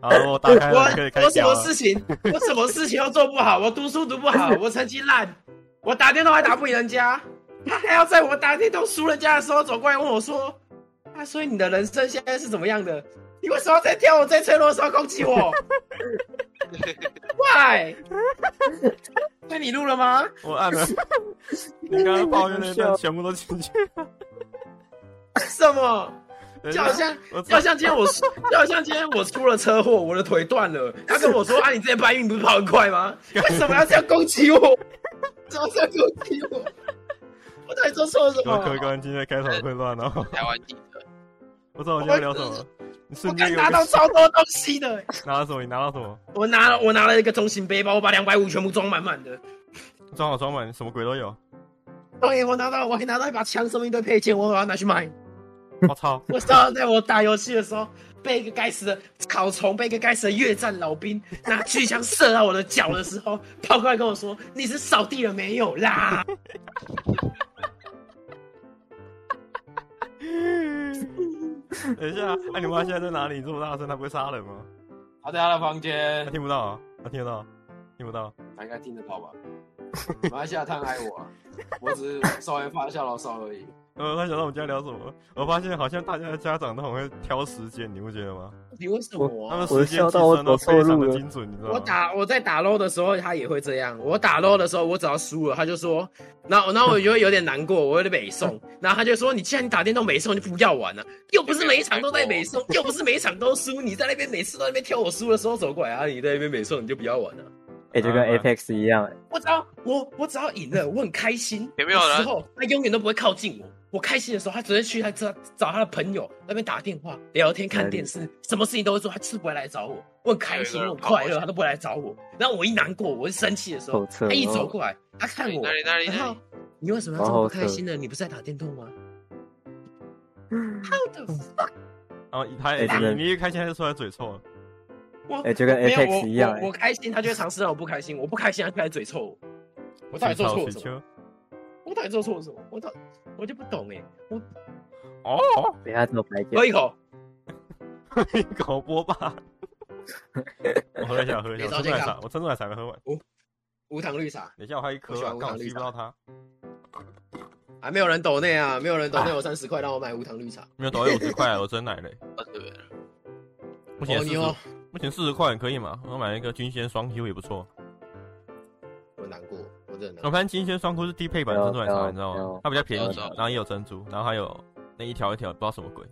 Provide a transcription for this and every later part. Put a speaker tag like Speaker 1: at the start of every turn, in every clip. Speaker 1: 好，我打开了，可以
Speaker 2: 我
Speaker 1: 开
Speaker 2: 我什
Speaker 1: 讲
Speaker 2: 么
Speaker 1: 了。
Speaker 2: 事情， 我什么事情都做不好，我读书读不好，我成绩烂，我打电动还打不赢人家，他还要在我打电动输人家的时候走过来问我说：“啊，所以你的人生现在是怎么样的？你为什么在挑我最脆弱的时候攻 击我？Why？” 那你录了吗？
Speaker 1: 我按了，你刚刚抱怨那段全部都进去。
Speaker 2: 什么？
Speaker 1: 等一
Speaker 2: 就
Speaker 1: 下
Speaker 2: 好像
Speaker 1: 我
Speaker 2: 就好像今天我 出就好像今天我出了车祸，我的腿断了。他跟我说：“啊，你之前搬运不是跑很快吗？为什么要这样攻击我？ 怎么这样攻击我？我到底做错了什
Speaker 1: 我客
Speaker 2: 么？
Speaker 1: 官今天开场混乱哦，
Speaker 3: 台湾记者，
Speaker 1: 我操！我今天聊什么？你
Speaker 2: 我
Speaker 1: 瞬间
Speaker 2: 刚
Speaker 1: 有
Speaker 2: 拿到
Speaker 1: 个
Speaker 2: 超多东西 的、欸
Speaker 1: 拿到什么？你拿到什么？
Speaker 2: 我拿了我拿了一个中型背包，我把两百五全部装满满的。
Speaker 1: 装好装满，什么鬼都有。
Speaker 2: 对，我拿到我还拿到一把枪，什么一堆配件，我把它拿去卖。
Speaker 1: 我操！
Speaker 2: 我操，在我打游戏的时候被一个该死的草丛，被一个该死的越战老兵拿巨枪射到我的脚的时候，跑过来跟我说：“你是扫地了没有啦
Speaker 1: 等一下，那你妈现在在哪里？你这么大声，她不会杀人吗？
Speaker 3: 他在他的房
Speaker 1: 她
Speaker 3: 间，
Speaker 1: 听不到啊，她听得到，听不到。
Speaker 3: 他应该听得到 吧？马来西亚他很爱我、啊，我只是稍微发一下牢骚而已。
Speaker 1: 呃，她想到我们家聊什么？我发现好像大家的家长都很会挑时间，你不觉得吗？？”
Speaker 2: 你为什
Speaker 1: 他
Speaker 2: 么？
Speaker 1: 们时间计算都非常的精准，你知道吗？
Speaker 2: 我打我在打 low 的时候，他也会这样。我打 low 的时候，我只要输了，他就说，然后然后我就会有点难过，我有点美 送。然后他就说：“你既然打电动美送，你就不要玩了、又不是每一场都 在美送，又不是每一场都输。你在那边每次都在那边挑我输的时候走过来啊，你在那边美送，你就不要玩了、
Speaker 4: 哎、就跟
Speaker 1: 啊
Speaker 4: Apex 一样、哎
Speaker 2: 我只要我我只要赢了，我很开心。
Speaker 5: 有没有人
Speaker 2: 时候他永远都不会靠近我。我开心的时候，他只会去他找找他的朋友那边打电话、聊天、看电视，什么事情都会做，他就是不会来找我。我很开心，
Speaker 5: 有一
Speaker 2: 我
Speaker 5: 个人
Speaker 2: 很快乐，他都不会来找我。然后我一难过，我一生气的时候
Speaker 4: 好，扯哦
Speaker 2: 他一走过来，他看我
Speaker 5: 哪，里哪里
Speaker 2: 然
Speaker 5: 哪
Speaker 2: 后
Speaker 5: 里？
Speaker 2: 你为什么要这么不开心呢？你不是在打电动吗？How the fuck？
Speaker 1: 然后他
Speaker 4: 哎这个
Speaker 1: 你你一开心他就出来嘴臭了，啊
Speaker 2: 我
Speaker 4: 哎就跟
Speaker 2: 没有
Speaker 4: Apex
Speaker 2: 我
Speaker 4: 一样
Speaker 2: 我
Speaker 4: 哎
Speaker 2: 我开心，他就会尝试让我不开心；我不开心，他就开始嘴臭我。 我
Speaker 1: 我
Speaker 2: 到底做错了
Speaker 1: 水
Speaker 2: 什么？
Speaker 1: 球
Speaker 2: 我到底做错了什么？我到我就不懂哎、我
Speaker 1: 哦，
Speaker 4: 等一下只有白讲
Speaker 2: 喝。一口，
Speaker 1: 一口波霸。我喝一下，喝一下，
Speaker 2: 没
Speaker 1: 我珍珠
Speaker 2: 烧健
Speaker 1: 奶
Speaker 2: 康
Speaker 1: 茶，我珍珠奶茶没喝完。
Speaker 2: 无糖绿茶
Speaker 1: 等一下我还有一颗
Speaker 2: 我喜
Speaker 1: 啊，
Speaker 2: 欢无
Speaker 1: 刚好
Speaker 2: 糖绿
Speaker 1: 吸不到它。
Speaker 2: 啊，没有人抖内啊，没有人抖内我三十块让我买无糖绿茶。
Speaker 1: 没有，抖音五十块 了，我真奶嘞。
Speaker 5: 啊对不对
Speaker 1: 目前
Speaker 2: 哦，
Speaker 1: 四
Speaker 2: 你
Speaker 1: 十
Speaker 2: 哦，，
Speaker 1: 目前四十块可以嘛？我买了一个金仙双 Q 也不错。
Speaker 2: 我难过，我真的
Speaker 1: 我
Speaker 2: 难过。
Speaker 1: 发现金仙双 Q 是低配版珍珠奶茶，你知道吗？它比较便宜
Speaker 5: 不要，
Speaker 1: 然后也有珍珠，然后还有那一条一条不知道什么鬼。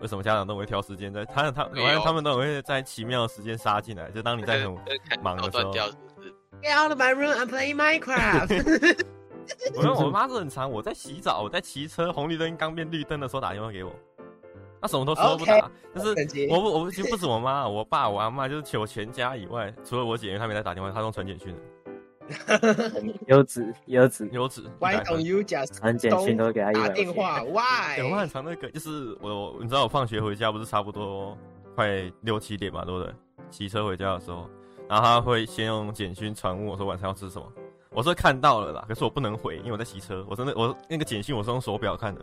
Speaker 1: 为什么家长都会挑时间在？他他我
Speaker 5: 没有
Speaker 1: 发现他们都很会在奇妙的时间杀进来，就当你在很
Speaker 5: 呃
Speaker 1: 忙的时候
Speaker 5: 断掉是不是？
Speaker 2: Get out of my room and play Minecraft 。
Speaker 1: 我跟我妈是很常，我在洗澡，我在骑车，红绿灯刚变绿灯的时候打电话给我，她什么都说不打
Speaker 2: OK，
Speaker 1: 但是
Speaker 2: 等级
Speaker 1: 我不我不就不止我妈，我爸我阿妈就是我全家以外，除了我姐，因为她没来打电话，她用传简讯的，
Speaker 4: 优质优质，
Speaker 1: 优质。
Speaker 2: Why
Speaker 1: 100
Speaker 2: don't
Speaker 1: 分
Speaker 2: you just
Speaker 4: 传简讯都给他一
Speaker 2: 打
Speaker 4: 百
Speaker 2: 电话
Speaker 1: 哎我很
Speaker 2: ？Why？
Speaker 1: 常那个，就是我你知道我放学回家不是差不多快六七点嘛，对不对？骑车回家的时候，然后她会先用简讯传问我说晚上要吃什么，我说看到了啦，可是我不能回，因为我在骑车，我真的我那个简讯我是用手表看的。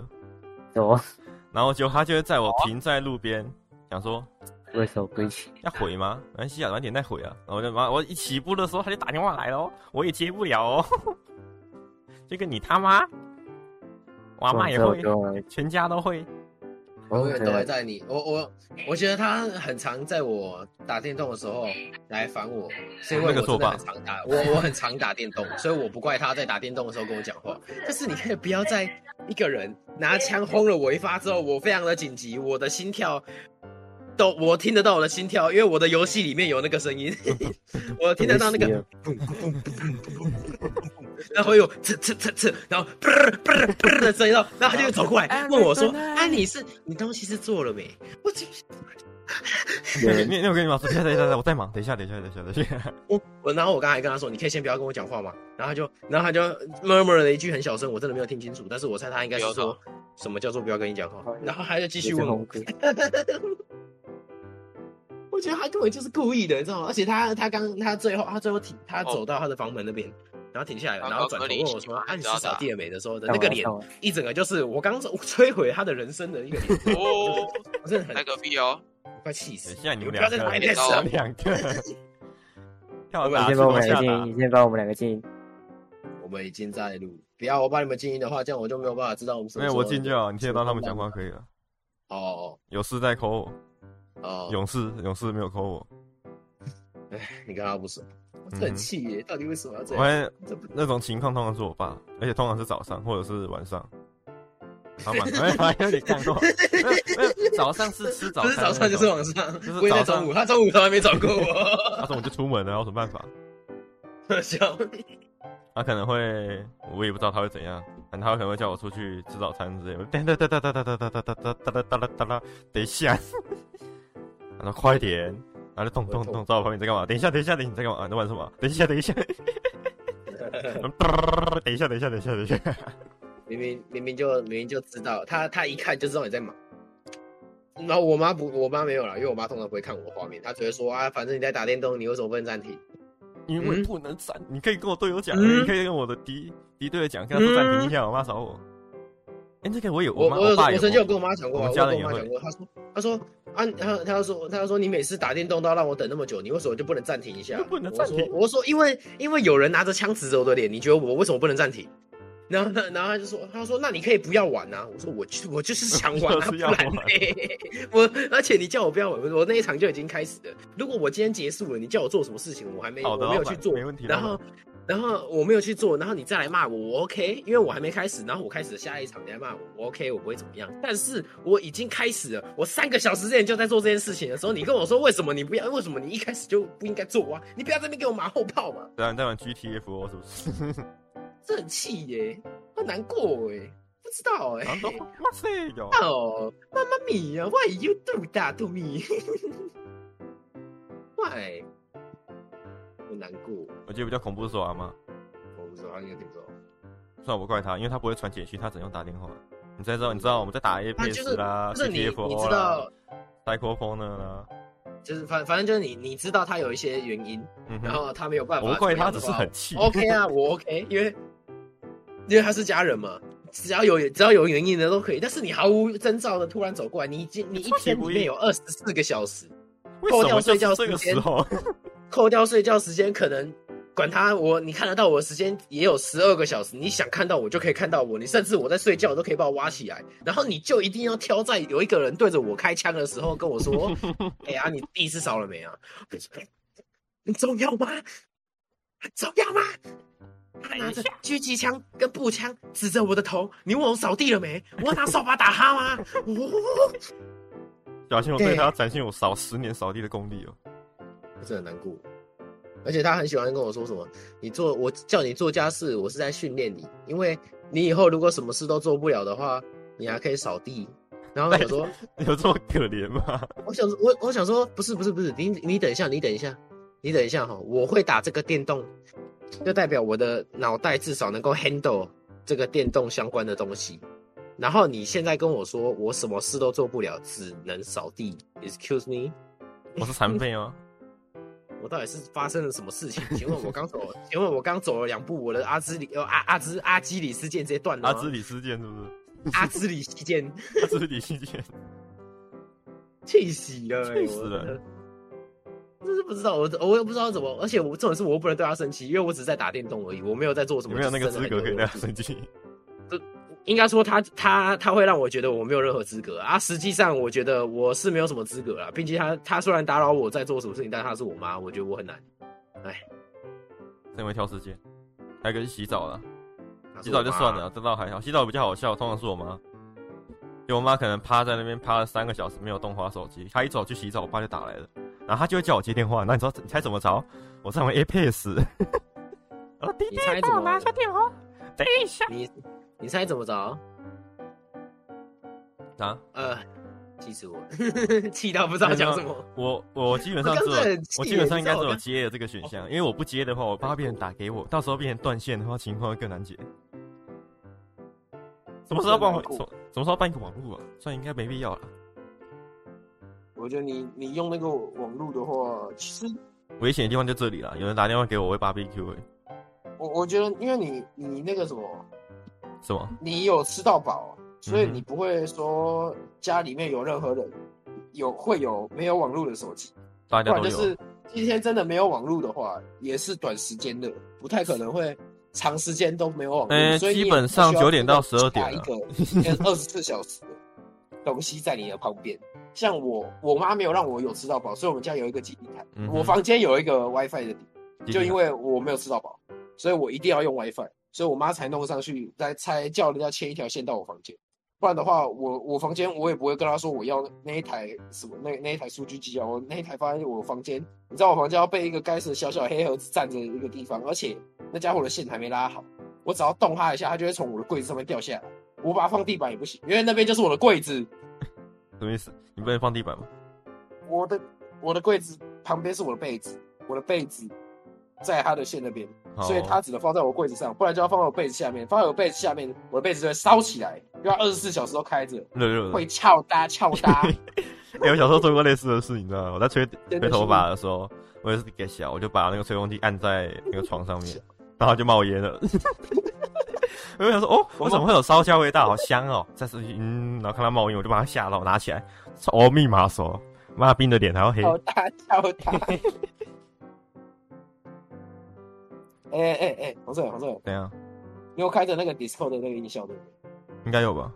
Speaker 4: 什么？
Speaker 1: 然后结果他就会在
Speaker 4: 啊
Speaker 1: 我停在路边，想说
Speaker 4: 为什么不一起？
Speaker 1: 要回吗？没关系啊，晚点再回啊。然后我就妈，我一起步的时候他就打电话来了哦，我也接不了哦。 这个你他妈，我阿妈也
Speaker 4: 我
Speaker 1: 会
Speaker 4: 知，道我知道
Speaker 1: 全家都会。
Speaker 2: 我永远都会
Speaker 4: 对
Speaker 2: 在你，我我我觉得他很常在我打电动的时候来烦我，是因
Speaker 1: 那
Speaker 2: 为
Speaker 1: 个
Speaker 2: 我真
Speaker 1: 作
Speaker 2: 的
Speaker 1: 罢
Speaker 2: 很常打，我我很常打电动，所以我不怪他在打电动的时候跟我讲话。但是你可以不要在一个人拿枪轰了我一发之后，我非常的紧急，我的心跳都我听得到我的心跳，因为我的游戏里面有那个声 音，我听得到那个
Speaker 4: 没事，啊
Speaker 2: 然后有呲呲呲呲，然后啵儿啵儿啵儿的声音，然后然后他就走过来问我说：“啊，你是你东西是做了没？”我就
Speaker 1: 那个
Speaker 4: 有
Speaker 1: 你那我跟你妈说，等一下等一下，等一下我在忙，等一下等一下等一下等一下。
Speaker 2: 我我，然后我刚才跟他说，你可以先不要跟我讲话嘛。然后他就，然后他就 murmur 了一句很小声，我真的没有听清楚，但是我猜他应该是
Speaker 5: 不要
Speaker 2: 说什么叫做不要跟你讲话
Speaker 4: 好。
Speaker 2: 然后他就继续
Speaker 4: 有
Speaker 2: 问
Speaker 4: 这
Speaker 2: 我
Speaker 4: 种，歌
Speaker 2: 我觉得他根本就是故意的，你知道吗？而且他他刚他最后他最后停，他走到他的房门那边，然后停下来了，
Speaker 5: 刚
Speaker 2: 然后转头问我
Speaker 5: 刚
Speaker 2: 说：“
Speaker 5: 刚
Speaker 2: 啊，你是
Speaker 5: 你知道
Speaker 2: 扫
Speaker 5: 的
Speaker 2: 地了没？”的时候的那个脸
Speaker 4: 干，嘛
Speaker 2: 一整个就是我刚摧毁他的人生的一个脸，
Speaker 5: 哦，
Speaker 2: 我真的很
Speaker 5: 那个屁哦，
Speaker 2: 快气
Speaker 1: 等
Speaker 2: 死
Speaker 1: 一！下你们
Speaker 2: 不
Speaker 1: 两
Speaker 2: 要再
Speaker 1: 个
Speaker 2: 拿一遍
Speaker 3: 刀
Speaker 2: 了，
Speaker 1: 两个，跳
Speaker 4: 你
Speaker 1: 打
Speaker 4: 先帮我
Speaker 1: 往
Speaker 4: 们两
Speaker 1: 下
Speaker 4: 个静
Speaker 1: 打
Speaker 4: 音，，你先帮我们两个静音。
Speaker 2: 我们已经在录。不要我把你们静音的话，这样我就没有办法知道我们什么
Speaker 1: 没有
Speaker 2: 时候。
Speaker 1: 我进就好，你听得到他们讲话可以了。
Speaker 2: 哦
Speaker 1: 有事再 call 我，
Speaker 2: 哦哦，
Speaker 1: 勇士勇士没有 call 我，
Speaker 2: 你跟他不熟，我真的很气耶！到底为什么要这
Speaker 1: 我
Speaker 2: 样？
Speaker 1: 发现
Speaker 2: 这不
Speaker 1: 那种情况通常是我爸，而且通常是早上或者是晚上。好吧，哎，好像有点看过，没有没有，早上是吃早
Speaker 2: 不
Speaker 1: 餐
Speaker 2: 是
Speaker 1: 那种，
Speaker 2: 早上就是晚上
Speaker 1: 就是，
Speaker 2: 不会在
Speaker 1: 早上
Speaker 2: 中午。他中午从来没找过我，
Speaker 1: 他中午就出门了，有什么办法？
Speaker 2: 笑。
Speaker 1: 他可能会，我也不知道他会怎样，反正他可能会叫我出去吃早餐之类的。哒哒哒哒哒哒哒哒哒哒哒哒哒哒哒哒，等一下，他说快点，然后就动动动，在我旁边在干嘛？等一下，等一下，等你在干嘛？你在玩什么？等一下，等一下，等一下，等一下，等一下，等一下，
Speaker 2: 明明明明就明明就知道，他他一看就知道你在忙。然后我妈不，我妈没有啦，因为我妈通常不会看我画面，她只会说啊，反正你在打电动，你为什么不能暂停？
Speaker 1: 因
Speaker 2: 嗯
Speaker 1: 为不能闪，你可以跟我队友讲，你可以跟我的敌敌对讲，跟他说暂停一下，我妈找我。哎，这个我有，
Speaker 2: 嗯我
Speaker 1: 妈
Speaker 2: 有
Speaker 1: 我爸
Speaker 2: 我
Speaker 1: 有，
Speaker 2: 曾经有跟我妈讲过
Speaker 1: 我们
Speaker 2: 啊，我
Speaker 1: 家
Speaker 2: 有
Speaker 1: 人
Speaker 2: 跟
Speaker 1: 也
Speaker 2: 我妈
Speaker 1: 会
Speaker 2: 讲过，她说她说啊，她她她说她说你每次打电动都要让我等那么久，你为什么就不能暂停一下
Speaker 1: 又？不能暂停
Speaker 2: 我说我说因为因为有人拿着枪指着我的脸，你觉得我为什么不能暂停？然后，然后他就说：“他说，那你可以不要玩啊。”我说：“我就我就是想玩啊，
Speaker 1: 就
Speaker 2: 不
Speaker 1: 是要
Speaker 2: 然
Speaker 1: 玩
Speaker 2: 呢？我而且你叫我不要玩，我那一场就已经开始了。如果我今天结束了，你叫我做什么事情，我还没
Speaker 1: 好的
Speaker 2: 我没有
Speaker 1: 老板
Speaker 2: 去做，
Speaker 1: 没问题
Speaker 2: 然
Speaker 1: 老
Speaker 2: 后，然后我没有去做，然后你再来骂我，我 OK，因为我还没开始。然后我开始下一场，你来骂我，我 OK，我不会怎么样。但是我已经开始了，我三个小时之前就在做这件事情的时候，你跟我说为什么你不要？为什么你一开始就不应该做啊？你不要在那边给我马后炮嘛，
Speaker 1: 对啊，你在玩 GTFO 是不是？
Speaker 2: 这很气耶，很难过耶，不知道哎。
Speaker 1: 然后都哇塞哟，
Speaker 2: 哦，妈妈咪呀，Why you do that to me? Why？我难过，
Speaker 1: 我觉得比较恐怖是我阿妈。
Speaker 2: 我不知道，应该听说。
Speaker 1: 算我不怪他，因为他不会传简讯，他只能用打电话。你才知道，你知道我们在打 A
Speaker 2: 啊
Speaker 1: P
Speaker 2: 就是
Speaker 1: S 啦
Speaker 2: 就是你你知
Speaker 1: ，CTFO 啦
Speaker 2: 道，
Speaker 1: ，Cycle Corner 啦，
Speaker 2: 就是反反正就是你你知道他有一些原因，
Speaker 1: 嗯
Speaker 2: 然
Speaker 1: 哼，
Speaker 2: 后他没有办法。
Speaker 1: 我不怪他，只是很。气。
Speaker 2: OK 啊，我 OK，因为因为他是家人嘛，只要有只要有原因的都可以。但是你毫无征兆的突然走过来，你已经你一天里面有二十四个小时，
Speaker 1: 为什么
Speaker 2: 扣掉睡
Speaker 1: 就是
Speaker 2: 觉
Speaker 1: 这个
Speaker 2: 时间
Speaker 1: 时候？
Speaker 2: 扣掉睡觉时间，可能管他我你看得到我的时间也有十二个小时，你想看到我就可以看到我，你甚至我在睡觉都可以把我挖起来，然后你就一定要挑在有一个人对着我开枪的时候跟我说：“哎呀、你第一次少了没啊？很重要吗？很重要吗？”他拿着狙击枪跟步枪指着我的头，你问我扫地了没？我要拿扫把打他吗？哦，
Speaker 1: 小心我对他展现我扫十年扫地的功力 哦。
Speaker 2: 真的很难过。而且他很喜欢跟我说什么，你做我叫你做家事，我是在训练你，因为你以后如果什么事都做不了的话，你还可以扫地。然后我想说，
Speaker 1: 有这么可怜吗？
Speaker 2: 我想我我想说，不是不是不是，你你等一下，你等一下，你等一下哈，我会打这个电动，就代表我的脑袋至少能够 handle 这个电动相关的东西。然后你现在跟我说我什么事都做不了，只能扫地，excuse me。
Speaker 1: 我是残废吗？
Speaker 2: 我到底是发生了什么事情？请问我刚走，请问我刚走了两步，我的阿兹里呃阿阿兹阿基里斯腱直接断了吗。
Speaker 1: 阿兹里斯腱是不是？
Speaker 2: 哦阿兹里斯腱，
Speaker 1: 阿兹里斯腱，
Speaker 2: 气死了、欸，
Speaker 1: 气死了
Speaker 2: 我真的！真是不知道，我我又不知道怎么，而且我这种事我又不能对他生气，因为我只是在打电动而 已，我没有在做什
Speaker 1: 有
Speaker 2: 么。
Speaker 1: 没有那个
Speaker 2: 就是
Speaker 1: 资
Speaker 2: 真的
Speaker 1: 格可以
Speaker 2: 很
Speaker 1: 对
Speaker 2: 有
Speaker 1: 他生 气？
Speaker 2: 应该说他他他会让我觉得我没有任何资格啊，实际上我觉得我是没有什么资格啊，并且他他虽然打扰我在做什么事情，但他是我妈，我觉得我很难。
Speaker 1: 因为挑时间。还有一个是洗澡了，
Speaker 2: 她
Speaker 1: 洗
Speaker 2: 是
Speaker 1: 澡
Speaker 2: 我
Speaker 1: 就
Speaker 2: 妈
Speaker 1: 算了，这倒还好。洗澡比较好笑，通常是我妈，因为我妈可能趴在那边趴了三个小时没有动滑手机，她一走去洗澡，我爸就打来了，然后她就会叫我接电话。那你知道你猜怎么着？我在玩 APS，我弟弟
Speaker 2: 你猜怎
Speaker 1: 帮
Speaker 2: 么
Speaker 1: 我拿下电话，等一下
Speaker 2: 你你猜怎么着？
Speaker 1: 啊！
Speaker 2: 呃，气死我，了， 气到不知道讲什
Speaker 3: 哎
Speaker 2: 么。
Speaker 1: 我我基本上
Speaker 2: 我
Speaker 1: 只
Speaker 2: 刚才
Speaker 1: 有
Speaker 2: 很气
Speaker 1: 我基本上
Speaker 2: 你
Speaker 1: 应
Speaker 2: 知
Speaker 1: 该
Speaker 2: 道
Speaker 1: 只有
Speaker 2: 我刚哦
Speaker 1: 接了这个选项，因为我不接的话，我怕别人打给我，到时候变成断线的话，情况会更难解。什么时候帮我
Speaker 3: 真难过
Speaker 1: 什么什么时候办一个网络啊？算应该没必要了。
Speaker 3: 我觉得你你用那个网络的话，其实
Speaker 1: 危险的地方就这里了，有人打电话给我，我会 BBQ 哎、
Speaker 3: 我我觉得，因为你你那个什么，
Speaker 1: 什么？
Speaker 3: 你有吃到饱，所以
Speaker 1: 嗯哼
Speaker 3: 你不会说家里面有任何人，
Speaker 2: 有会有没有网络的手机，
Speaker 1: 大
Speaker 2: 不
Speaker 1: 家
Speaker 2: 然
Speaker 1: 都
Speaker 2: 就
Speaker 1: 有。
Speaker 2: 是今天真的没有网络的话，也是短时间的，不太可能会长时间都没有网络。
Speaker 1: 呃
Speaker 2: 所以你也
Speaker 1: 基本上
Speaker 2: 需要
Speaker 1: 9点到12点啊
Speaker 2: 一个呃 二十四小时的东西在你的旁边。像我，我妈没有让我有吃到饱，所以我们家有一个基地台，
Speaker 1: 嗯哼
Speaker 2: 我房间有一个 WiFi 的底，
Speaker 1: 弟弟
Speaker 2: 就因为我没有吃到饱，所以我一定要用 WiFi，所以我妈才弄上去，才才叫人家牵一条线到我房间。不然的话，我我房间我也不会跟他说我要那一台什么那那一台数据机啊，我那一台放在我房间，你知道我房间要被一个该死的小小黑盒子占着一个地方，而且那家伙的线还没拉好，我只要动它一下，它就会从我的柜子上面掉下来，我把它放地板也不行，因为那边就是我的柜子，
Speaker 1: 什么意思？你不能放地板吗？
Speaker 2: 我的我的柜子旁边是我的被子，我的被子在它的线那边，
Speaker 1: 好
Speaker 2: 所以它只能放在我柜子上，不然就要放在我被子下面，放在我被子下面，我的被子就会烧起来，因为它二十四小时都开着，
Speaker 1: 热热的
Speaker 2: 会。翘搭翘搭。
Speaker 1: 欸我小时候做过类似的事，你知道吗？我在吹
Speaker 2: 真
Speaker 1: 吹
Speaker 2: 的是
Speaker 1: 头发的时候，我也是给小，我就把那个吹风机按在那个床上面，然后就冒烟了。 我就想说，哦，我怎么会有烧焦味道？好香哦！再是嗯，然后看到冒烟，我就把它吓到，我拿起来，哦，密码锁，妈冰的脸还要黑。
Speaker 2: 好大好大。哎哎哎，黄色黄色，
Speaker 1: 怎样？
Speaker 2: 你有开着那个 Discord 的那个音效对不对？
Speaker 1: 应该有吧？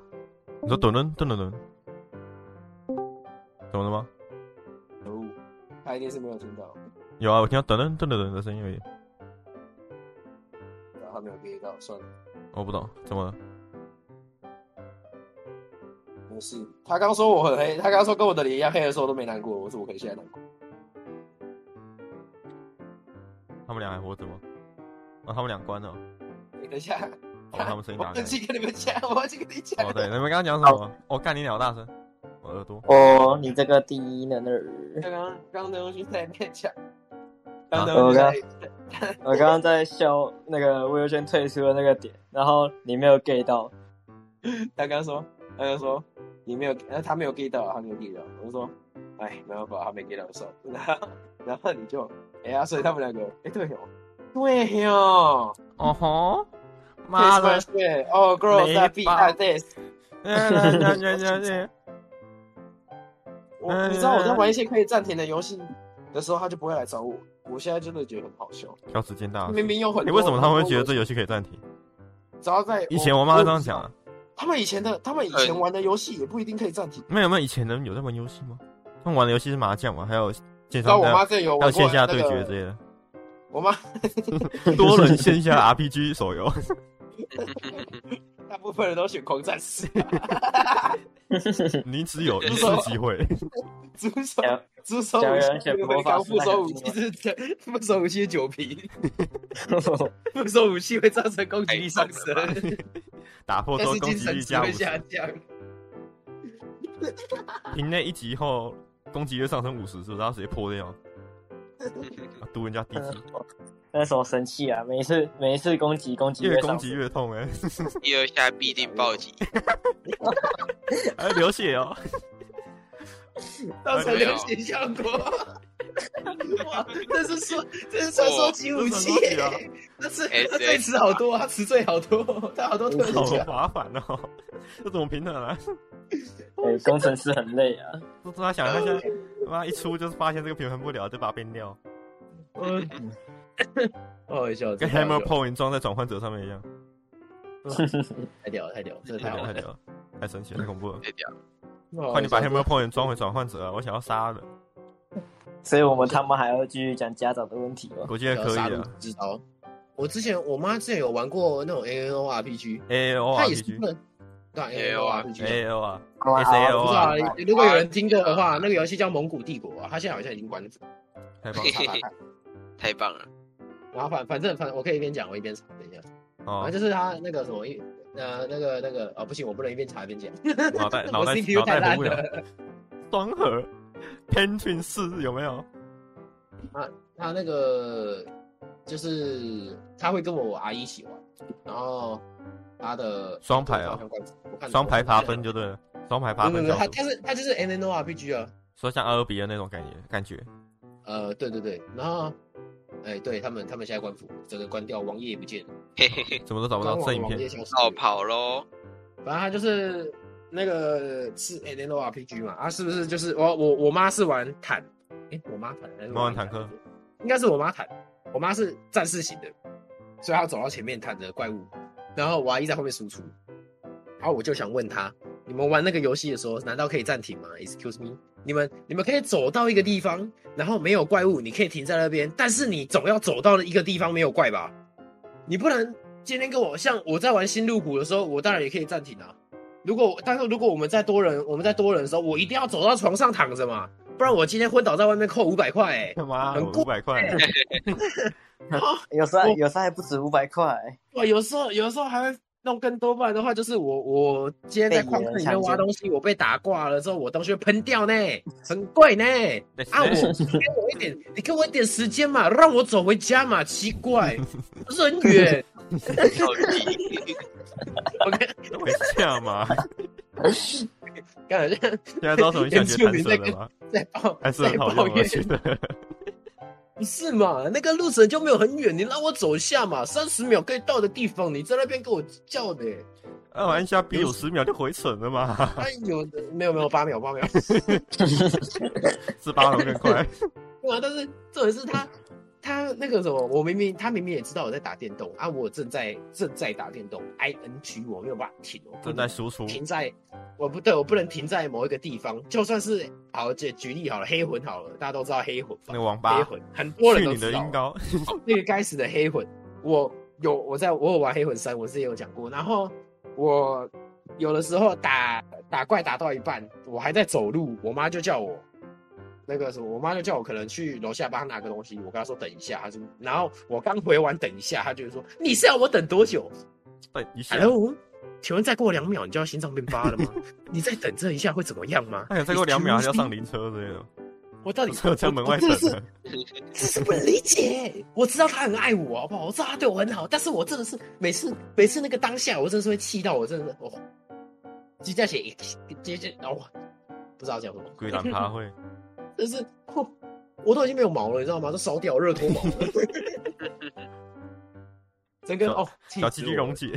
Speaker 1: 你说等等等等等，怎么了吗？
Speaker 2: 哦，他一定是没有听到，
Speaker 1: 有啊，我听到等等等等等的声音而已。
Speaker 2: 然后他没有听到，算了，
Speaker 1: 我不懂怎么了？
Speaker 2: 没事。他刚说我很黑，他刚说跟我的脸一样黑的时候我都没难过，我怎么可能现在难过？
Speaker 1: 他们俩还活着吗？啊，他们俩关了。
Speaker 2: 你等一下，
Speaker 1: 哦，他们声音
Speaker 2: 我
Speaker 1: 打
Speaker 2: 忘
Speaker 1: 开。
Speaker 2: 记跟你们讲，我忘记跟你 讲。
Speaker 1: 哦，对，你们刚刚讲什么？我、干你鸟大声，我耳朵。
Speaker 4: 哦，你这个低能儿！
Speaker 2: 刚刚刚刚东西在面讲，
Speaker 1: 呃
Speaker 2: 刚
Speaker 4: 啊
Speaker 2: 刚
Speaker 4: 我
Speaker 2: 在
Speaker 4: 刚我刚刚在笑那个魏如萱退出的那个点，然后你没有 get 到，
Speaker 2: 他刚说，他刚说你没有，呃，他没有 get 到，他没有 get 到。我说，哎，没办法，他没 get 到手。然后， 然后你就，哎呀，所以他们两个，哎，对哦，对哦，
Speaker 1: 哦吼，妈
Speaker 2: 妈的
Speaker 1: 的！，
Speaker 2: 对，哦，girls
Speaker 1: 没
Speaker 2: that be
Speaker 1: 办
Speaker 2: like this。
Speaker 1: 哎 来来来来来嗯
Speaker 2: 我你知道我在玩一些可以暂停的游戏的时候，他就不会来找我。我现在真的觉得很好笑，
Speaker 1: 挑时间大。
Speaker 2: 明明有很
Speaker 1: 你
Speaker 2: 多。
Speaker 1: 哎为什么他们会觉得这游戏可以暂停？
Speaker 2: 只要在
Speaker 1: 以前我妈这样讲，啊，
Speaker 2: 他们以前的他们以前玩的游戏也不一定可以暂停。
Speaker 1: 没有没有，以前人有在玩游戏吗？他们玩的游戏是麻将嘛，还有线
Speaker 2: 你知
Speaker 1: 上
Speaker 2: 道我
Speaker 1: 还有
Speaker 2: 妈这有
Speaker 1: 还有
Speaker 2: 玩过
Speaker 1: 线下
Speaker 2: 那
Speaker 1: 对决之
Speaker 2: 个，
Speaker 1: 类的，
Speaker 2: 我妈
Speaker 1: 多人线下 RPG 手游。
Speaker 2: 大部分人都选狂战士。
Speaker 1: 你只有一次机会，
Speaker 2: 猪手
Speaker 4: 讲
Speaker 2: 猪手
Speaker 4: 讲
Speaker 2: 武
Speaker 4: 人
Speaker 2: 器
Speaker 4: 选
Speaker 2: 那个
Speaker 4: 魔法
Speaker 2: 刚
Speaker 4: 师
Speaker 2: 副
Speaker 4: 那
Speaker 2: 手
Speaker 4: 个
Speaker 2: 武
Speaker 4: 猪
Speaker 2: 器是副手武器是酒瓶，
Speaker 4: 我
Speaker 5: 副手武器会造成攻击力上升，
Speaker 1: 哎打破之
Speaker 5: 但
Speaker 1: 后
Speaker 5: 是
Speaker 1: 攻
Speaker 5: 精
Speaker 1: 击
Speaker 5: 神
Speaker 1: 力
Speaker 5: 值
Speaker 1: 加五
Speaker 5: 会
Speaker 1: 十
Speaker 5: 下，降。
Speaker 1: 平内一集后攻击力上升五十，是不是？他直接破 掉，啊读人家地基，
Speaker 4: 那时候生气啊，每一次每一次攻击攻击
Speaker 1: 越
Speaker 4: 上
Speaker 1: 攻击越痛哎，
Speaker 6: 第二下必定暴击，
Speaker 1: 还流血 哦。
Speaker 5: 造成流血效果。
Speaker 1: 哎
Speaker 5: 哇，这是说这是传说级武器耶、
Speaker 1: 哦
Speaker 5: 那是
Speaker 4: 哎
Speaker 6: SS
Speaker 5: 他最吃好多，他吃最好多，他好多特
Speaker 1: 啊好
Speaker 5: 技。
Speaker 1: 麻烦哦， 这怎么平衡啊？
Speaker 4: 对，工程师很累啊，
Speaker 1: 这他想他现
Speaker 5: 呃
Speaker 1: 在妈一出就是发现这个平衡不了，就把它变掉，
Speaker 5: 嗯，好好笑，
Speaker 1: 跟
Speaker 5: 真的好
Speaker 1: Hammer
Speaker 5: 笑
Speaker 1: Point 装在转换者上面一样，
Speaker 5: 太屌了，太屌了，真的
Speaker 1: 太
Speaker 5: 太
Speaker 1: 屌
Speaker 5: 好
Speaker 1: 了太
Speaker 5: 了。嗯哦
Speaker 1: 屌了，太神奇了太恐怖了！
Speaker 6: 对掉。
Speaker 1: 快
Speaker 5: 啊
Speaker 1: 点把 Hammer Point 装回转换者啊！我想要杀人，
Speaker 4: 所以我们他们还要继续讲家长的问题哦吗？
Speaker 1: 我觉得可以
Speaker 5: 杀戮
Speaker 1: 啊。
Speaker 5: 之刀。我之前我妈之前有玩过那种 A N O R P G，
Speaker 1: A O
Speaker 5: 她
Speaker 1: R
Speaker 5: 也
Speaker 1: P
Speaker 5: 是
Speaker 1: G
Speaker 5: 不能对啊 A N O R P G。
Speaker 1: A O 啊，
Speaker 4: 哇
Speaker 1: S A L 啊
Speaker 5: 不知道啊
Speaker 4: 哇，
Speaker 5: 如果有人听过的话，那个游戏叫《蒙古帝国》啊，它现在好像已经关了。
Speaker 1: 太棒
Speaker 6: 嘿嘿
Speaker 1: 了
Speaker 6: 嘿太棒了！
Speaker 5: 然后反反正反正我可以一边讲，我一边查，等一下。
Speaker 1: 哦
Speaker 5: 反！正就是他那个什么一呃那个那个哦不行，我不能一边查一边讲，
Speaker 1: 脑袋脑
Speaker 5: 我
Speaker 1: 袋
Speaker 5: CPU
Speaker 1: 脑
Speaker 5: 太
Speaker 1: 袋
Speaker 5: 烂
Speaker 1: 活不了，
Speaker 5: 了。
Speaker 1: 双核 Pentrin 四有没有？
Speaker 5: 他那个就是他会跟我阿姨一起玩，然后他的
Speaker 1: 双排啊
Speaker 5: 好像关机我看
Speaker 1: 双排爬分就对了，双排爬
Speaker 5: 没有
Speaker 1: 分
Speaker 5: 没有，
Speaker 1: 小
Speaker 5: 他
Speaker 1: 组，
Speaker 5: 他是他就是 N N O R P G 啊，
Speaker 1: 说像阿尔比的那种感觉感觉。
Speaker 2: 嗯
Speaker 5: 呃对对对，然后哎对他们他们现在关服，整个关掉，网页也不见了，
Speaker 6: 嘿嘿嘿，
Speaker 1: 怎么都找不
Speaker 5: 官
Speaker 1: 到
Speaker 5: 网
Speaker 1: 正影
Speaker 5: 网
Speaker 1: 片
Speaker 5: 页。消失
Speaker 6: 绕
Speaker 5: 了。
Speaker 6: 跑喽！
Speaker 5: 反正他就是
Speaker 7: 那
Speaker 2: 那个是 N N O R P G 嘛，啊，是不是就是我我我妈是玩坦，诶，我妈坦还是我
Speaker 1: 玩
Speaker 2: 妈
Speaker 1: 坦克，
Speaker 2: 应该是我妈坦，我妈是战士型的，所以她走到前面坦着怪物，然后我阿姨在后面输出，然后我就想问她，你们玩那个游戏的时候，难道可以暂停吗？Excuse me，你们你们可以走到一个地方，然后没有怪物，你可以停在那边，但是你总要走到一个地方没有怪吧？你不能今天跟我像我在玩新入谷的时候，我当然也可以暂停啊。如果但是如果我们在多人我们在多人的时候，我一定要走到床上躺着嘛，不然我今天昏倒在外面扣五百块哎。
Speaker 1: 他 妈
Speaker 2: 很
Speaker 1: 五百块，
Speaker 4: 有时候
Speaker 2: 我
Speaker 4: 有时候还不止五百块，
Speaker 2: 哇，有时候有时候还会弄更多，不然的话就是我我今天在矿坑里面挖东西，我被打挂了之后，我东西会喷掉呢，很贵呢。啊，
Speaker 1: 哎
Speaker 2: 我你给我 一点，你给我一点时间嘛，让我走回家嘛，奇怪，不是很远。
Speaker 5: 暴击，
Speaker 2: 我看
Speaker 1: 我下 嘛，
Speaker 2: 感觉
Speaker 1: 现在招手你想学弹射的吗？
Speaker 2: 在抱
Speaker 1: 还是
Speaker 2: 在
Speaker 1: 很好
Speaker 2: 抱
Speaker 1: 用，我
Speaker 2: 怨，
Speaker 1: 觉得。
Speaker 2: 不是嘛？那个路程就没有很远，你让我走下嘛，三十秒可以到的地方，你在那边给我叫的，
Speaker 1: 啊，按一下 B 有十秒就回城了嘛，
Speaker 2: 哎有的没有没有八秒八秒。
Speaker 1: 十八楼更 快。
Speaker 2: 对啊，但是重点是他，他那个什么，我明明他明明也知道我在打电动啊，我正在正在打电动，I N G 我没有办法停，我不
Speaker 1: 正在
Speaker 2: 能
Speaker 1: 输出，
Speaker 2: 停在，我不对，我不能停在某一个地方，就算是好，这举例好了，黑魂好了，大家都知道黑魂吧
Speaker 1: 那个王八
Speaker 2: 黑，魂很多人
Speaker 1: 去
Speaker 2: 都
Speaker 1: 你的
Speaker 2: 知道
Speaker 1: 音， 高，
Speaker 2: 那个该死的黑魂，我有我在我有玩黑魂三，我之前有讲过，然后我有的时候打打怪打到一半，我还在走路，我妈就叫我那个什么，我妈就叫我可能去楼下帮她拿个东西，我跟她说等一下，她就然后我刚回完等一下，她就说你是要我等多久？
Speaker 1: 对，一下。
Speaker 2: Hello，请问再过两秒你就要心脏病发了吗？你再等这一下会怎么样吗？
Speaker 1: 哎呀，再过两秒还要上
Speaker 2: 你，
Speaker 1: 灵车之类的，
Speaker 2: 我到底
Speaker 1: 车在门外等
Speaker 2: 我我真的是
Speaker 1: 着。
Speaker 2: 这是不理解。我知道他很爱我，好不好？我知道他对我很好，但是我真的是每次每次那个当下，我真的是会气到我，真的是哦，鸡蛋血，鸡蛋哦，不知道讲什么，
Speaker 1: 鬼胆趴会，
Speaker 2: 但是、哦、我都已经没有毛了，你知道吗？都烧掉热脱毛了，整个哦，气死
Speaker 1: 小
Speaker 2: 我
Speaker 1: 鸡鸡溶解，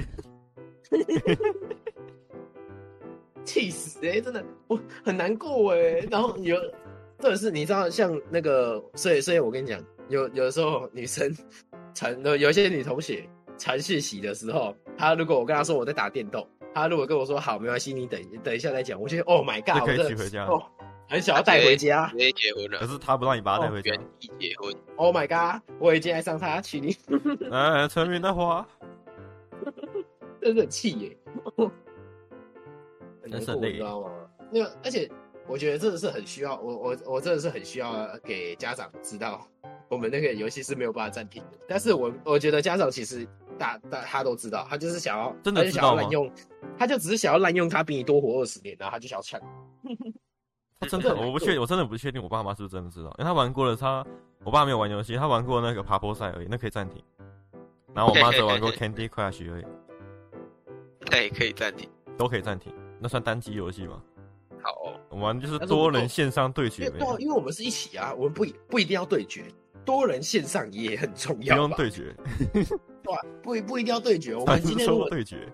Speaker 2: 气死哎、欸，真的我很难过哎、然后有，或者是你知道像那个，所以所以我跟你讲，有有的时候女生传，有一些女同学传讯息的时候，她如果我跟她说我在打电动，她如果跟我说好没关系，你等等一下再讲，我就觉得 Oh my
Speaker 1: 就
Speaker 2: God，
Speaker 1: 可
Speaker 2: 我
Speaker 1: 以
Speaker 2: 真
Speaker 1: 娶
Speaker 2: 的
Speaker 1: 回家。
Speaker 2: 哦，很想要带回家
Speaker 5: 直接结婚
Speaker 1: 可
Speaker 5: 了，
Speaker 1: 是他不让你把他带
Speaker 2: 哦
Speaker 1: 回家
Speaker 5: 原。地结婚，
Speaker 2: ，Oh my God，我已经爱上他，娶你，
Speaker 1: 哎，成名的花，
Speaker 2: 真的很气 耶、很
Speaker 1: 真
Speaker 2: 难
Speaker 1: 是
Speaker 2: 过，
Speaker 1: 很累
Speaker 2: 你知道吗？那个而且我觉得真的是很需要，我我我真的是很需要给家长知道，我们那个游戏是没有办法暂停的。但是我我觉得家长其实大大他都知道，他就是想要
Speaker 1: 真的
Speaker 2: 他就
Speaker 1: 知
Speaker 2: 想
Speaker 1: 道
Speaker 2: 要
Speaker 1: 吗
Speaker 2: 滥用，他就只是想要滥用他比你多活二十年，然后他就想要抢。
Speaker 1: 他真的， 我不确定，我真的不确定我爸妈是不是真的知道，因为他玩过了，他我爸没有玩游戏，他玩过那个爬坡赛而已，那可以暂停。然后我妈只玩 过 Candy Crush 而已，
Speaker 5: 那哎也可以暂停。
Speaker 1: 都可以暂停，那算单机游戏吗？
Speaker 5: 好哦，
Speaker 1: 我们就是多人线上对
Speaker 2: 因
Speaker 1: 决
Speaker 2: 为
Speaker 1: 而已，
Speaker 2: 对啊，因为我们是一起啊，我们不不一定要对决，多人线上也很重
Speaker 1: 不
Speaker 2: 要吧，
Speaker 1: 用对决，
Speaker 2: 对吧不不一定要对决。我
Speaker 1: 还
Speaker 2: 们
Speaker 1: 是
Speaker 2: 今天如
Speaker 1: 说
Speaker 2: 果
Speaker 1: 对决，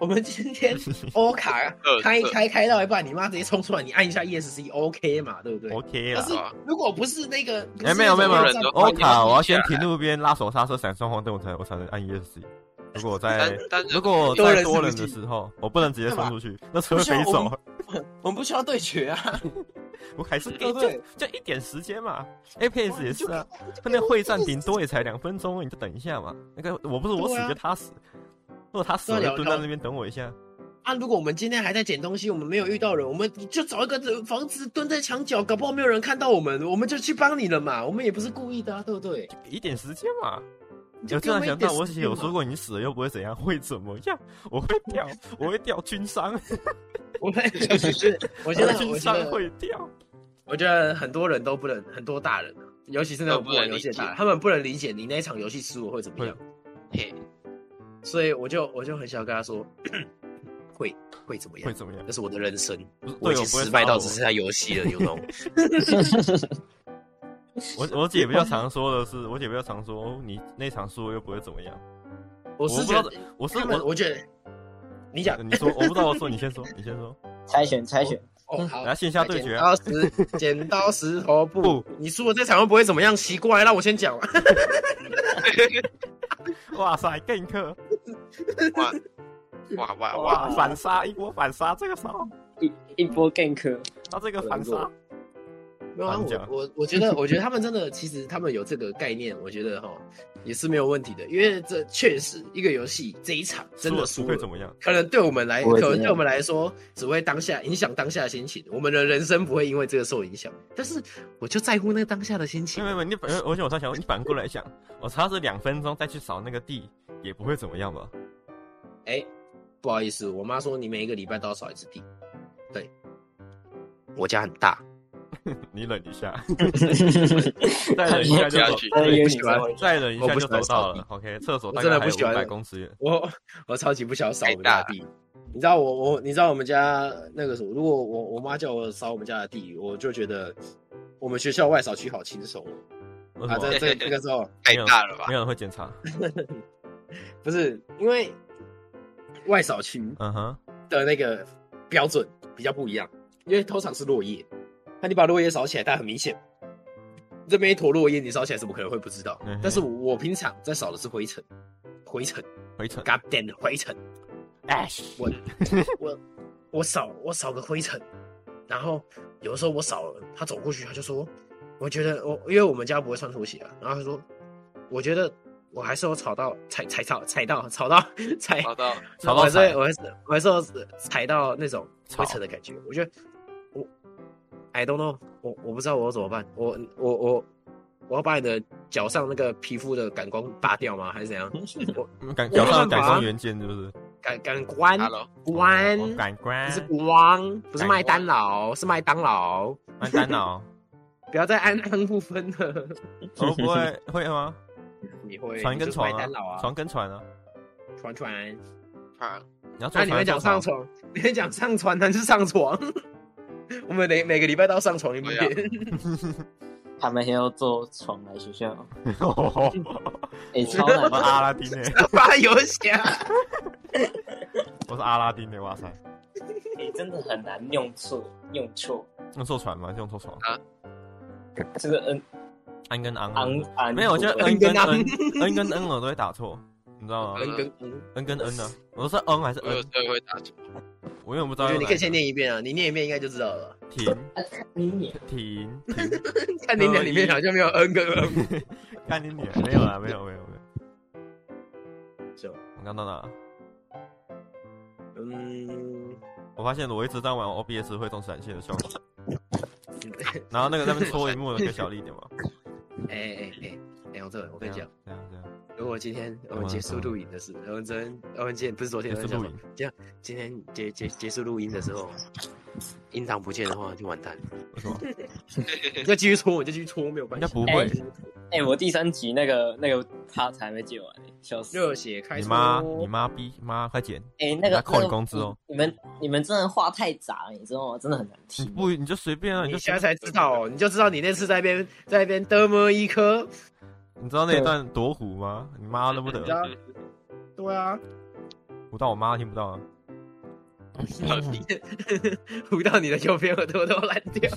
Speaker 2: 我们今 天欧卡
Speaker 5: 二
Speaker 2: 开
Speaker 5: 二
Speaker 2: 开开到一半，你妈直接冲出来，你按一下 ESC OK 嘛，对不对？
Speaker 1: OK
Speaker 2: 但
Speaker 1: 啦
Speaker 2: 是。如果不是那个，
Speaker 1: 哎、没有没有没有
Speaker 5: 人都，
Speaker 1: 欧
Speaker 5: 快
Speaker 1: 卡，
Speaker 5: 要
Speaker 1: 我要
Speaker 5: 停下
Speaker 1: 先停路边拉手刹车闪双黄灯，我才我才能按 ESC。如果我 在
Speaker 5: 但但是
Speaker 1: 哎如果我
Speaker 2: 多
Speaker 1: 在
Speaker 2: 人
Speaker 1: 多
Speaker 2: 是不
Speaker 1: 人的
Speaker 2: 行
Speaker 1: 时候，我不能直接
Speaker 2: 对吧
Speaker 1: 冲出去，那车会
Speaker 2: 不需要
Speaker 1: 飞
Speaker 2: 我们
Speaker 1: 走。
Speaker 2: 我们不需要对决啊，
Speaker 1: 我还是给
Speaker 2: 对
Speaker 1: 就
Speaker 2: 不对？
Speaker 1: 就一点时间嘛。APS 也是啊，他那会战顶多也才两分钟，你就等一下嘛。那个我不是我
Speaker 2: 对
Speaker 1: 死
Speaker 2: 啊
Speaker 1: 就他死，如果他死，
Speaker 2: 对
Speaker 1: 我就
Speaker 2: 啊聊
Speaker 1: 蹲在那边等我一下。
Speaker 2: 啊！如果我们今天还在捡东西，我们没有遇到人，我们就找一个房子蹲在墙角，搞不好没有人看到我们，我们就去帮你了嘛。我们也不是故意的、啊，对不对？
Speaker 1: 就给一点时间嘛。
Speaker 2: 就
Speaker 1: 我
Speaker 2: 给
Speaker 1: 突
Speaker 2: 我
Speaker 1: 然
Speaker 2: 们一
Speaker 1: 想
Speaker 2: 点
Speaker 1: 到，我
Speaker 2: 时
Speaker 1: 写
Speaker 2: 间
Speaker 1: 有
Speaker 2: 嘛
Speaker 1: 说过你死了又不会怎样，会怎么样？我会掉，我会掉军伤，
Speaker 2: 我们 就是，我觉得
Speaker 1: 军
Speaker 2: 我觉
Speaker 1: 伤
Speaker 2: 得
Speaker 1: 会掉。
Speaker 2: 我觉得很多人都不能，很多大人啊，尤其是那种
Speaker 5: 都不
Speaker 2: 不玩
Speaker 5: 能
Speaker 2: 游戏的
Speaker 5: 理解
Speaker 2: 大人，他们不能理解你那一场游戏输了会怎么
Speaker 1: 会
Speaker 2: 样。
Speaker 5: 嘿，
Speaker 2: 所以我就我就很想跟他说，会会怎么
Speaker 1: 会
Speaker 2: 样？
Speaker 1: 怎么样？
Speaker 2: 那是我的人生，
Speaker 1: 不是
Speaker 2: 我
Speaker 1: 队
Speaker 2: 已
Speaker 1: 友
Speaker 2: 经
Speaker 1: 不会
Speaker 2: 失败
Speaker 1: 杀
Speaker 2: 到
Speaker 1: 我
Speaker 2: 只剩下游戏了，有 o
Speaker 1: 我我姐比较常说的是，我姐比较常说哦你那场输了又不会怎么样。
Speaker 2: 我
Speaker 1: 我
Speaker 2: 是
Speaker 1: 不
Speaker 2: 觉
Speaker 1: 知道
Speaker 2: 得，
Speaker 1: 我是
Speaker 2: 他们，
Speaker 1: 我嗯
Speaker 2: 我觉得你讲
Speaker 1: 你说我不知道，我说你先说，你先说。
Speaker 4: 猜拳猜拳，
Speaker 2: 哦， 好，
Speaker 1: 嗯来线下对决
Speaker 2: 剪
Speaker 1: 啊，
Speaker 2: 刀 石，剪刀石头布
Speaker 1: 布。
Speaker 2: 你输了这场会不会怎么样？奇怪，让我先讲。
Speaker 1: 哇塞，gank，
Speaker 5: 哇哇哇哇！
Speaker 1: 哇反杀一波反杀，这个骚，
Speaker 4: 一一波 gank，
Speaker 1: 他这个反杀，
Speaker 2: 没有啊，
Speaker 1: 好你讲
Speaker 2: 我我我觉得，我觉得他们真的，其实他们有这个概念，我觉得哈也是没有问题的，因为这确实一个游戏这一场真的
Speaker 1: 输
Speaker 2: 输
Speaker 1: 了不会怎么样，
Speaker 2: 可能对我们来，
Speaker 4: 不会
Speaker 2: 可
Speaker 4: 怎
Speaker 2: 能
Speaker 4: 样
Speaker 2: 对我们来说，只会当下影响当下的心情，我们的人生不会因为这个受影响。但是我就在乎那个当下的心情
Speaker 1: 没。有没有，你反，而且我在想，你反过来想，我差这两分钟再去扫那个地，也不会怎么样吧？
Speaker 2: 哎、不好意思，我妈说你每一个礼拜都要扫一次地。对，我家很大，
Speaker 1: 你忍一 下，再忍一下就走，
Speaker 4: 他的游
Speaker 2: 不
Speaker 4: 戏
Speaker 2: 喜欢
Speaker 1: 再忍一下就走到
Speaker 2: 我不喜欢扫地
Speaker 1: 了。OK，厕所
Speaker 2: 我
Speaker 1: 大
Speaker 2: 真
Speaker 1: 概
Speaker 2: 的
Speaker 1: 还
Speaker 2: 不
Speaker 1: 有
Speaker 2: 喜欢
Speaker 1: 五百公尺远。
Speaker 2: 我我超级不想扫我们家的地。你知道我我你知道我们家那个什么？如果我我妈叫我扫我们家的地，我就觉得我们学校外扫区好轻松哦
Speaker 1: 为什
Speaker 2: 啊！
Speaker 1: 么？
Speaker 2: 在这这个时候，
Speaker 5: 太大了吧
Speaker 1: 没？有人会检查。
Speaker 2: 不是因为外扫区
Speaker 1: 嗯哼，
Speaker 2: 的那个标准比较不一样，因为通常是落叶，那你把落叶扫起来，但很明显，这边一坨落叶你扫起来怎么可能会不知道？
Speaker 1: 嗯哼
Speaker 2: 但是我我平常在扫的是灰尘，灰尘
Speaker 1: 回程。
Speaker 2: ，God damn 灰尘，
Speaker 1: Ash，
Speaker 2: 我我我扫我扫个灰尘，然后有的时候我扫了，他走过去他就说，我觉得我因为我们家不会穿拖鞋啊，然后他说，我觉得我还是有踩到踩踩到踩到 踩到踩
Speaker 5: 找到
Speaker 1: 吵
Speaker 2: 我
Speaker 1: 到
Speaker 2: 还是会
Speaker 1: 踩，
Speaker 2: 我还是我还是有踩到那种
Speaker 1: 草
Speaker 2: 灰尘的感觉。我觉得我 I don't know，我我不知道我要怎么办。我我我我要把你的脚上那个皮肤的感光拔掉吗？还是怎样？
Speaker 1: 嗯感
Speaker 2: 我
Speaker 1: 脚
Speaker 2: 没
Speaker 1: 上
Speaker 2: 办法
Speaker 1: 感
Speaker 2: 啊
Speaker 1: 光元件是不是？
Speaker 2: 感感官
Speaker 5: Hello，
Speaker 2: 关
Speaker 1: 哦感
Speaker 2: 不
Speaker 1: 官
Speaker 2: 是光，不是
Speaker 1: 感
Speaker 2: 麦当劳，是麦当劳。
Speaker 1: 安丹 脑，
Speaker 2: 不要再安
Speaker 1: 嗯
Speaker 2: 安不分了，
Speaker 1: 哦不会会吗？
Speaker 2: 你会
Speaker 1: 船跟
Speaker 2: 你就是
Speaker 1: 床
Speaker 2: 麦当劳
Speaker 1: 啊，
Speaker 2: 啊，
Speaker 1: 床跟船啊，
Speaker 2: 船船。
Speaker 5: 看
Speaker 1: 你要坐
Speaker 2: 啊那你
Speaker 1: 船
Speaker 2: 们讲
Speaker 1: 床，
Speaker 2: 上床， 你们讲上床，那就上床。 我们每每个礼拜都要上床一
Speaker 5: 对
Speaker 1: 啊
Speaker 2: 遍。
Speaker 4: 他们先要坐床来学 校，
Speaker 1: 我
Speaker 4: 哎，超难
Speaker 1: 是
Speaker 4: 的，
Speaker 1: 阿拉丁欸呢，
Speaker 2: 发游戏啊！
Speaker 1: 我是阿拉丁呢，哇塞，
Speaker 4: 你哎真的很难用错用错，
Speaker 1: 用坐船吗？用坐床，
Speaker 4: 这个嗯
Speaker 1: 安跟昂啊，
Speaker 4: 昂昂，
Speaker 1: 没有，我觉得
Speaker 4: 嗯
Speaker 1: 恩跟恩恩跟恩我都会打错，你知道吗
Speaker 2: 跟
Speaker 5: 嗯？
Speaker 2: 跟，
Speaker 1: 恩跟恩呢？我是恩还是
Speaker 5: 我有
Speaker 1: 恩
Speaker 5: 时？候会打错，
Speaker 1: 我永远不知道
Speaker 2: 我
Speaker 1: 用哪
Speaker 2: 觉得你
Speaker 1: 一
Speaker 2: 可
Speaker 1: 个。
Speaker 2: 以先念一遍啊，你念一遍应该就知道了。
Speaker 1: 停
Speaker 4: 你
Speaker 1: 停停，
Speaker 2: 看你俩里面好像没有 N 跟 N，
Speaker 1: 干你脸！没有啦，没有没有没有。
Speaker 2: 就
Speaker 1: 我刚到哪？啊
Speaker 2: 嗯，
Speaker 1: 我发现我一直在玩 OBS 会中闪现的效果， 然后那个在那边戳荧幕的可以小力一点 吗？
Speaker 2: 哎哎哎哎，我这
Speaker 1: 这
Speaker 2: 我跟
Speaker 1: 样
Speaker 2: 你讲，
Speaker 1: 这样这样，
Speaker 2: 如果今天我们结束录影的时候，我们昨天我们今天不是昨天，
Speaker 1: 也
Speaker 2: 我
Speaker 1: 是
Speaker 2: 们讲
Speaker 1: 录
Speaker 2: 什么
Speaker 1: 影，
Speaker 2: 这样今天结结结束录音的时候，音档不见的话就完蛋了。
Speaker 1: 为什么？
Speaker 2: 你再继续搓，你就继续搓，没有关
Speaker 1: 应
Speaker 2: 系
Speaker 1: 该。不会。
Speaker 4: 哎、我第三集那个那个 part 还没剪完、笑死！
Speaker 2: 热血开
Speaker 1: 你
Speaker 2: 搓
Speaker 1: 妈，你妈逼，妈快剪！
Speaker 4: 哎、那
Speaker 1: 还
Speaker 4: 个
Speaker 1: 扣你工资哦！
Speaker 4: 那个你们你们真的话太杂了，你知道吗？真的很难
Speaker 1: 你
Speaker 4: 听。
Speaker 1: 不你就随便啊，
Speaker 2: 你
Speaker 1: 就
Speaker 2: 现在才知道哦，你就知道你那次在那边在那边得么一颗，
Speaker 1: 你知道那一段多虎吗？你妈都不
Speaker 2: 你知道
Speaker 1: 得，嗯
Speaker 2: 对啊，
Speaker 1: 不到我妈听不 到啊。
Speaker 5: 到底
Speaker 2: 糊到你的右边耳朵都烂掉，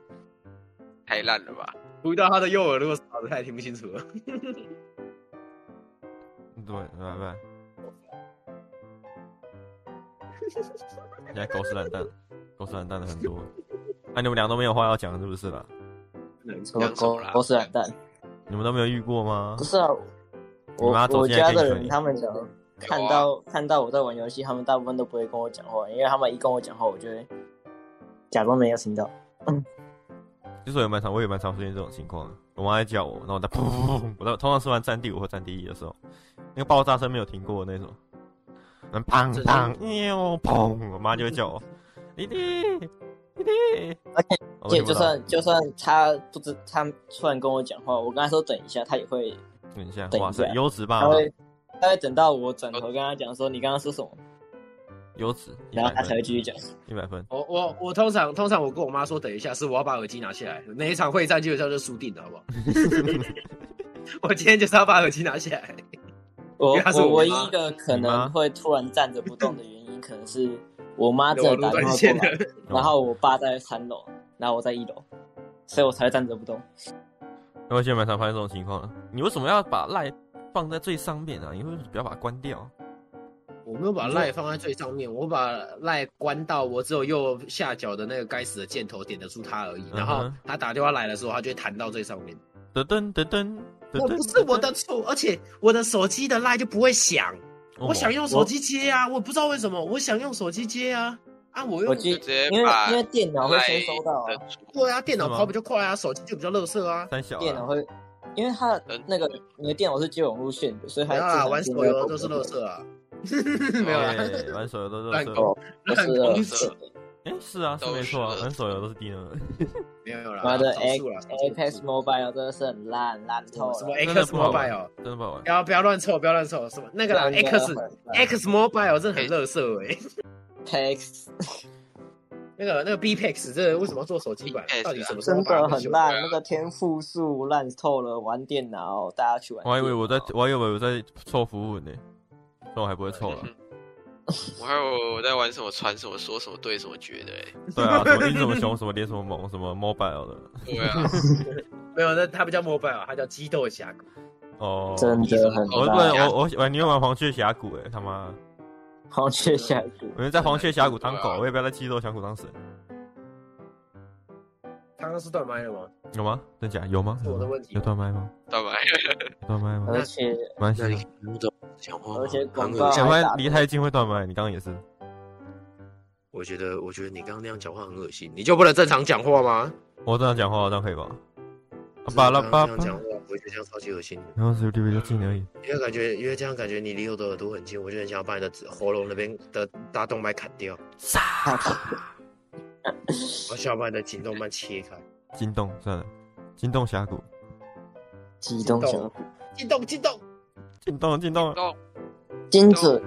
Speaker 5: 太烂了吧？
Speaker 2: 糊到他的右耳朵扫的他也听不清楚了。
Speaker 1: 对，拜拜。现在狗屎懒蛋，狗屎懒蛋的很多。啊，你们俩都没有话要讲是不是啦？
Speaker 4: 什么狗狗屎懒蛋？
Speaker 1: 你们都没有遇过吗
Speaker 4: 不？是啊，我
Speaker 1: 你妈走
Speaker 4: 我
Speaker 1: 进来
Speaker 4: 家的
Speaker 1: 给你
Speaker 4: 人
Speaker 1: 捶
Speaker 4: 他们讲，
Speaker 2: 啊
Speaker 4: 看到、看到我在玩游戏，他们大部分都不会跟我讲话，因为他们一跟我讲话，我就会假装没有听到。
Speaker 1: 其实我也蛮常，我也蛮常出现这种情况的。我妈在叫我，然后我在砰砰砰砰，我在通常是玩战地五或战地一的时候，那个爆炸声没有停过的那种，然后砰砰喵砰，我妈就会叫我，弟弟弟弟，
Speaker 4: 嗯而且
Speaker 1: 我
Speaker 4: 而且
Speaker 1: 听哦不到
Speaker 4: 就算就算他不知他突然跟我讲话，我跟他说等一下，他也会
Speaker 1: 等一下，
Speaker 4: 等一
Speaker 1: 哇塞，
Speaker 4: 下
Speaker 1: 优质爸
Speaker 4: 他
Speaker 1: 妈，
Speaker 4: 会他会等到我转头跟他讲说你刚刚说什么，
Speaker 1: 优质，一
Speaker 4: 然后
Speaker 1: 百
Speaker 4: 他才会
Speaker 1: 分，
Speaker 4: 继续讲。
Speaker 1: 一百分，
Speaker 2: 我我我通常通常我跟我妈说等一下，是我要把耳机拿下来，那一场会战基本上就输定了，好不 好？我今天就是要把耳机拿下来。
Speaker 4: 我
Speaker 2: 因为他是
Speaker 4: 我
Speaker 2: 我
Speaker 4: 唯一
Speaker 2: 妈
Speaker 4: 一个可
Speaker 1: 你妈
Speaker 4: 能会突然站着不动的原因，可能是我妈只 有
Speaker 2: 有
Speaker 4: 打
Speaker 2: 啊
Speaker 4: 电
Speaker 2: 断
Speaker 4: 话
Speaker 2: 线
Speaker 4: 过来，
Speaker 2: 了，
Speaker 4: 然后我爸在三楼，然后我在一楼，所以我才会站着不动。
Speaker 1: 那我现在蛮常发现这种情况的。你为什么要把赖放在最上面啊？你为什么不要把它关掉？
Speaker 2: 我没有把赖放在最上面，我把赖关到我只有右下角的那个该死的箭头点得住它而已。然后
Speaker 1: 嗯哼
Speaker 2: 他打电话来的时候，他就会弹到最上面。
Speaker 1: 噔噔噔噔噔
Speaker 2: 那
Speaker 1: 噔，
Speaker 2: 不是我的错，而且我的手机的赖就不会响。
Speaker 1: 哦，
Speaker 2: 我想用手机接啊，我不知道为什么，我想用手机接啊，啊，我
Speaker 4: 我
Speaker 2: 用
Speaker 4: 记
Speaker 5: 就直接
Speaker 4: 因为
Speaker 5: 把
Speaker 4: 因为电脑会先收到、
Speaker 5: 赖
Speaker 4: 啊，
Speaker 5: 的主
Speaker 2: 对啊，电脑
Speaker 1: 是吗
Speaker 2: 跑比较快啊，手机就比较垃圾啊。
Speaker 1: 三小啊
Speaker 4: 电脑会，因为它的
Speaker 5: 嗯
Speaker 4: 那个你的电脑是接网路线的，所以
Speaker 2: 没
Speaker 4: 它
Speaker 2: 有啦，哎玩
Speaker 4: 正
Speaker 2: 手
Speaker 4: 常电脑
Speaker 2: 游都是垃圾啊，没有啦，
Speaker 1: 哎玩手游 都
Speaker 2: 乱
Speaker 1: 是
Speaker 2: 搞
Speaker 1: 色。
Speaker 4: 都是
Speaker 2: 很
Speaker 4: 垃
Speaker 2: 公
Speaker 4: 圾
Speaker 2: 式，
Speaker 1: 哎，是啊，是
Speaker 5: 都
Speaker 1: 没
Speaker 5: 是
Speaker 1: 错啊，
Speaker 5: 垃圾
Speaker 1: 玩手游都是低能儿。
Speaker 2: 没有啦，
Speaker 4: 妈的
Speaker 2: 少数啦，少
Speaker 4: Apex
Speaker 2: 数
Speaker 4: 哎 Mobile 真的是很烂，烂透了。
Speaker 2: 什么
Speaker 1: 真的
Speaker 2: X
Speaker 1: 不好玩
Speaker 2: Mobile，
Speaker 1: 真的不好玩
Speaker 2: 不。要不要乱凑，不要乱凑，什么那个啦
Speaker 4: 烂得
Speaker 2: ，X
Speaker 4: 很烂
Speaker 2: X Mobile 真的很垃圾哎，
Speaker 4: Apex
Speaker 2: 那个那个 BPEX 这为什么要做手机版
Speaker 5: BPEX 啊？
Speaker 2: 到底什么时候
Speaker 4: 真
Speaker 2: 把
Speaker 4: 的
Speaker 2: 它
Speaker 4: 很
Speaker 2: 修
Speaker 4: 烂，
Speaker 5: 对啊
Speaker 4: 那个天赋树烂透了，玩电脑大家去玩电脑。
Speaker 1: 我还以为我在，我还以为我在凑符文呢，但我还不会哦 凑了。啊
Speaker 5: 嗯我还有我在玩什么传什么说什么对什么觉的欸，
Speaker 1: 对啊，什么英什么熊，什么连什么猛，什么 mobile 的。
Speaker 5: 对 啊，
Speaker 2: 没有，那它不叫 Mobile，它叫啊激斗峡谷。
Speaker 1: 哦，
Speaker 4: 真的很
Speaker 1: 我不
Speaker 4: 烂。
Speaker 1: 我我我你有玩黄雀峡谷哎，他妈！
Speaker 4: 好缺下一
Speaker 1: 我就在黄雀峡谷当
Speaker 2: 啊
Speaker 1: 狗，我也不要在七洲峡谷当神，
Speaker 2: 他刚刚是断麦了吗？
Speaker 1: 有吗？真假？有吗？
Speaker 2: 是我的问题呃
Speaker 1: 有断麦吗？
Speaker 5: 干嘛？
Speaker 1: 有断麦吗？
Speaker 4: 而且
Speaker 1: 没关系啊。
Speaker 5: 听不懂讲话
Speaker 4: 而且广告
Speaker 1: 讲话
Speaker 4: 还打
Speaker 1: 离太近会断麦，你刚刚也是。
Speaker 2: 我觉得，我觉得你刚刚那样讲话很恶心，你就不能正常讲话吗？
Speaker 1: 我这样讲话，这样可以吧？啊巴拉巴
Speaker 2: 你
Speaker 1: 巴
Speaker 2: 刚刚，这样讲话，我觉得这样超级恶心的。
Speaker 1: 然后只有离比较近而已。
Speaker 2: 因为感觉，因为这样感觉你离我的耳朵很近，我就很想要把你的喉咙那边的大动脉砍掉，我想要把你的颈动脉切开。
Speaker 1: 金洞算了，金洞峡谷，
Speaker 4: 激动
Speaker 2: 激
Speaker 4: 小
Speaker 2: 动激动，激动，
Speaker 1: 金洞金洞。
Speaker 5: 动
Speaker 4: 精准。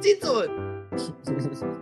Speaker 2: 精准。